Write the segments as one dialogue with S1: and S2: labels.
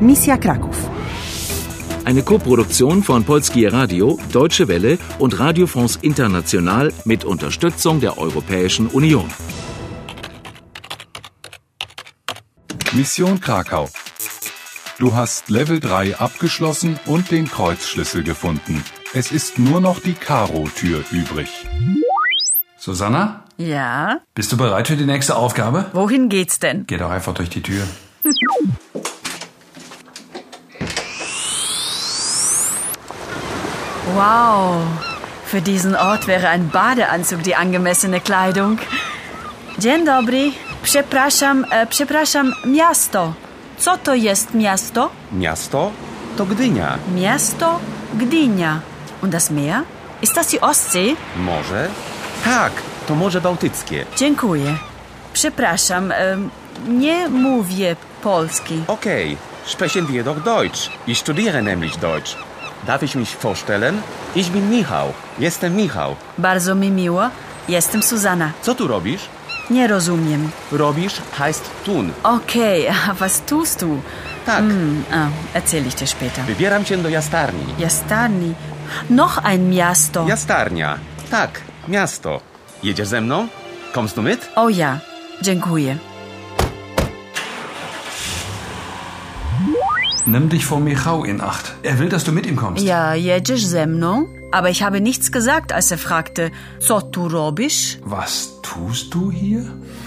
S1: Misja Kraków.
S2: Eine Koproduktion von Polskie Radio, Deutsche Welle und Radio France International mit Unterstützung der Europäischen Union.
S3: Mission Krakau. Du hast Level 3 abgeschlossen und den Kreuzschlüssel gefunden. Es ist nur noch die Karo-Tür übrig.
S4: Susanna,
S5: Ja?
S4: bist du bereit für die nächste Aufgabe?
S5: Wohin geht's denn?
S4: Geh doch einfach durch die Tür.
S5: Wow. Für diesen Ort wäre ein Badeanzug die angemessene Kleidung. Dzień dobry. Przepraszam, e, przepraszam, miasto. Co to jest miasto?
S6: Miasto to Gdynia.
S5: Miasto Gdynia. Und das Meer? Ist das die Ostsee?
S6: Morze? Tak, to Morze Bałtyckie.
S5: Dziękuję. Przepraszam, e, nie mówię polski.
S6: Okay, sprechen wir doch Deutsch. Ich studiere nämlich Deutsch. Darf ich mich vorstellen? Ich bin Michał. Jestem Michał.
S5: Bardzo mi miło. Jestem Susanna.
S6: Co tu robisz?
S5: Nie rozumiem.
S6: Robisz heißt tun.
S5: Okay, was tust du?
S6: Tak,
S5: Hm, ah, erzähle ich dir später.
S6: wybieram cię do jastarni.
S5: Jastarni. Noch ein miasto.
S6: Jastarnia. Tak, miasto. Jedziesz ze mną? Kommst du mit?
S5: Oh ja, dziękuję.
S4: Nimm dich vor Michał in Acht. Er will, dass du mit ihm kommst.
S5: Ja, jedziesz ze mną? Aber ich habe nichts gesagt, als er fragte, co tu robisz?
S4: Was tust du hier?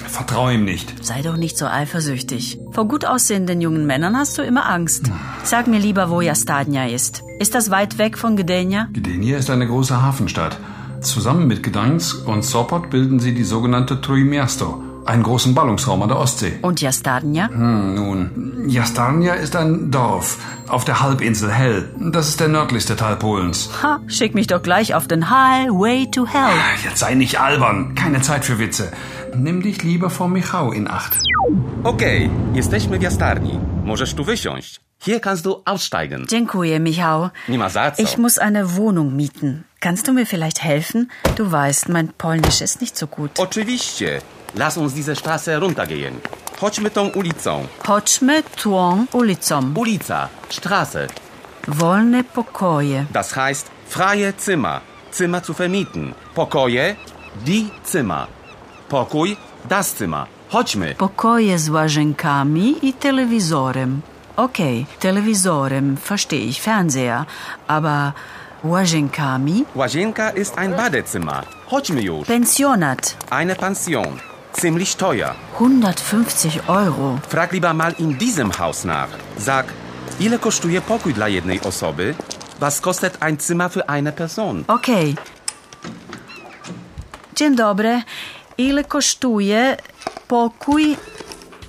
S4: Vertrau ihm nicht.
S5: Sei doch nicht so eifersüchtig. Vor gut aussehenden jungen Männern hast du immer Angst. Sag mir lieber, wo Jastarnia ist. Ist das weit weg von Gdynia?
S4: Gdynia ist eine große Hafenstadt. Zusammen mit Gdansk und Sopot bilden sie die sogenannte Trójmiasto, einen großen Ballungsraum an der Ostsee.
S5: Und Jastarnia?
S4: Hm, nun, Jastarnia ist ein Dorf auf der Halbinsel Hell. Das ist der nördlichste Teil Polens.
S5: Ha, schick mich doch gleich auf den Highway to Hell.
S4: Jetzt sei nicht albern, keine Zeit für Witze. Nimm dich lieber vor Michał in Acht.
S6: Okej, jesteśmy w jastarni. Możesz tu wysiąść. Hier kannst du aussteigen.
S5: Dziękuję, Michał.
S6: Nie ma za co.
S5: Ich muss eine Wohnung mieten. Kannst du mir vielleicht helfen? Du weißt, mein Polnisch ist nicht so gut.
S6: Oczywiście. Lass uns diese Straße runtergehen. Chodźmy tą ulicą.
S5: Chodźmy tą ulicą.
S6: Ulica, Straße.
S5: Wolne pokoje.
S6: Das heißt freie Zimmer. Zimmer zu vermieten. Pokoje, die Zimmer. Pokój, das Zimmer. Chodźmy.
S5: Pokoje z łazienkami i telewizorem. Okay, telewizorem, verstehe ich, Fernseher. Aber łazienkami?
S6: Łazienka ist ein Badezimmer. Chodźmy już.
S5: Pensionat,
S6: Eine Pension. Ziemlich teuer.
S5: 150 Euro.
S6: Frag lieber mal in diesem Haus nach. Sag, ile kosztuje pokój dla jednej osoby? Was kostet ein Zimmer für eine Person?
S5: Okej. Dzień dobry. Ile kosztuje pokój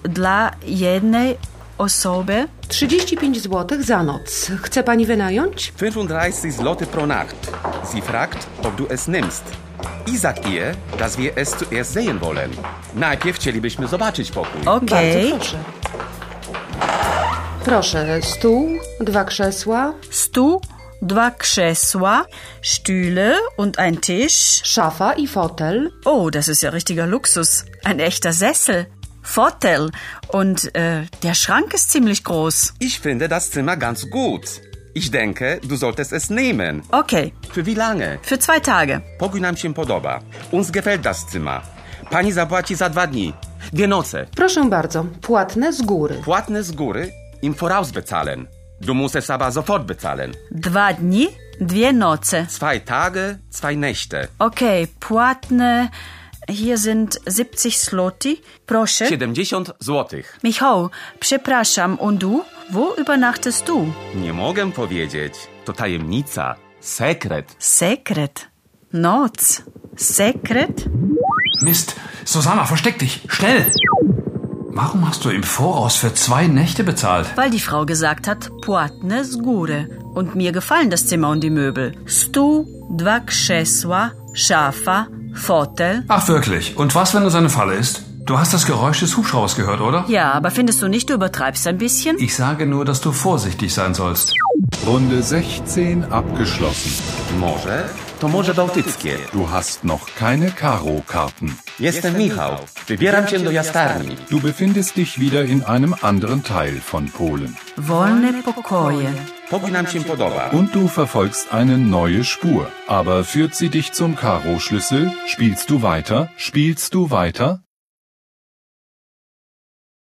S5: dla jednej osoby?
S7: 35 zł za noc. Chce pani wynająć?
S6: 35 Lotte pro Nacht. Sie fragt, ob du es nimmst. I sag ihr, dass wir es zuerst sehen wollen. Najpierw chcielibyśmy zobaczyć pokój.
S7: Bardzo
S5: Okej.
S7: proszę. Proszę, stół, dwa krzesła,
S5: Stół, dwa krzesła, Stühle und ein Tisch.
S7: szafa i fotel.
S5: Oh, das ist ja richtiger Luxus. Ein echter Sessel. Vorteil. Und äh, der Schrank ist ziemlich groß.
S6: Ich finde das Zimmer ganz gut. Ich denke, du solltest es nehmen.
S5: Okay,
S6: Für wie lange?
S5: für zwei Tage.
S6: Pokój nam się podoba. Uns gefällt das Zimmer. Pani zapłaci za dwa dni. Dwie noce.
S7: Proszę bardzo, płatne z góry.
S6: Płatne z góry, im voraus bezahlen. Du musst es aber sofort bezahlen.
S5: Dwa dni, dwie noce.
S6: Zwei Tage, zwei Nächte.
S5: Okay, płatne. Hier sind 70 Sloti. Proszę.
S6: 70 złotych.
S5: Michał, przepraszam. Und du? Wo übernachtest du?
S6: Nie mogę powiedzieć. To tajemnica. Sekret.
S5: Sekret. Noc. Sekret?
S4: Mist, Susanna, versteck dich, schnell! Warum hast du im Voraus für zwei Nächte bezahlt?
S5: Weil die Frau gesagt hat, płatne z góry. Und mir gefallen das Zimmer und die Möbel. Stół, dwa krzesła, szafa, fotel.
S4: Ach wirklich, und was, wenn es eine Falle ist? Du hast das Geräusch des Hubschraubers gehört, oder?
S5: Ja, aber findest du nicht, du übertreibst ein bisschen?
S4: Ich sage nur, dass du vorsichtig sein sollst.
S3: Runde 16 abgeschlossen.
S6: Morze, to Morze Bałtyckie.
S3: Du hast noch keine Karo-Karten.
S6: Jestem Michał. Wybieram cię do jastarni.
S3: Du befindest dich wieder in einem anderen Teil von Polen.
S5: Wolne pokoje.
S6: Pokój nam się podoba.
S3: Und du verfolgst eine neue Spur. Aber führt sie dich zum Karo-Schlüssel? Spielst du weiter? Spielst du weiter?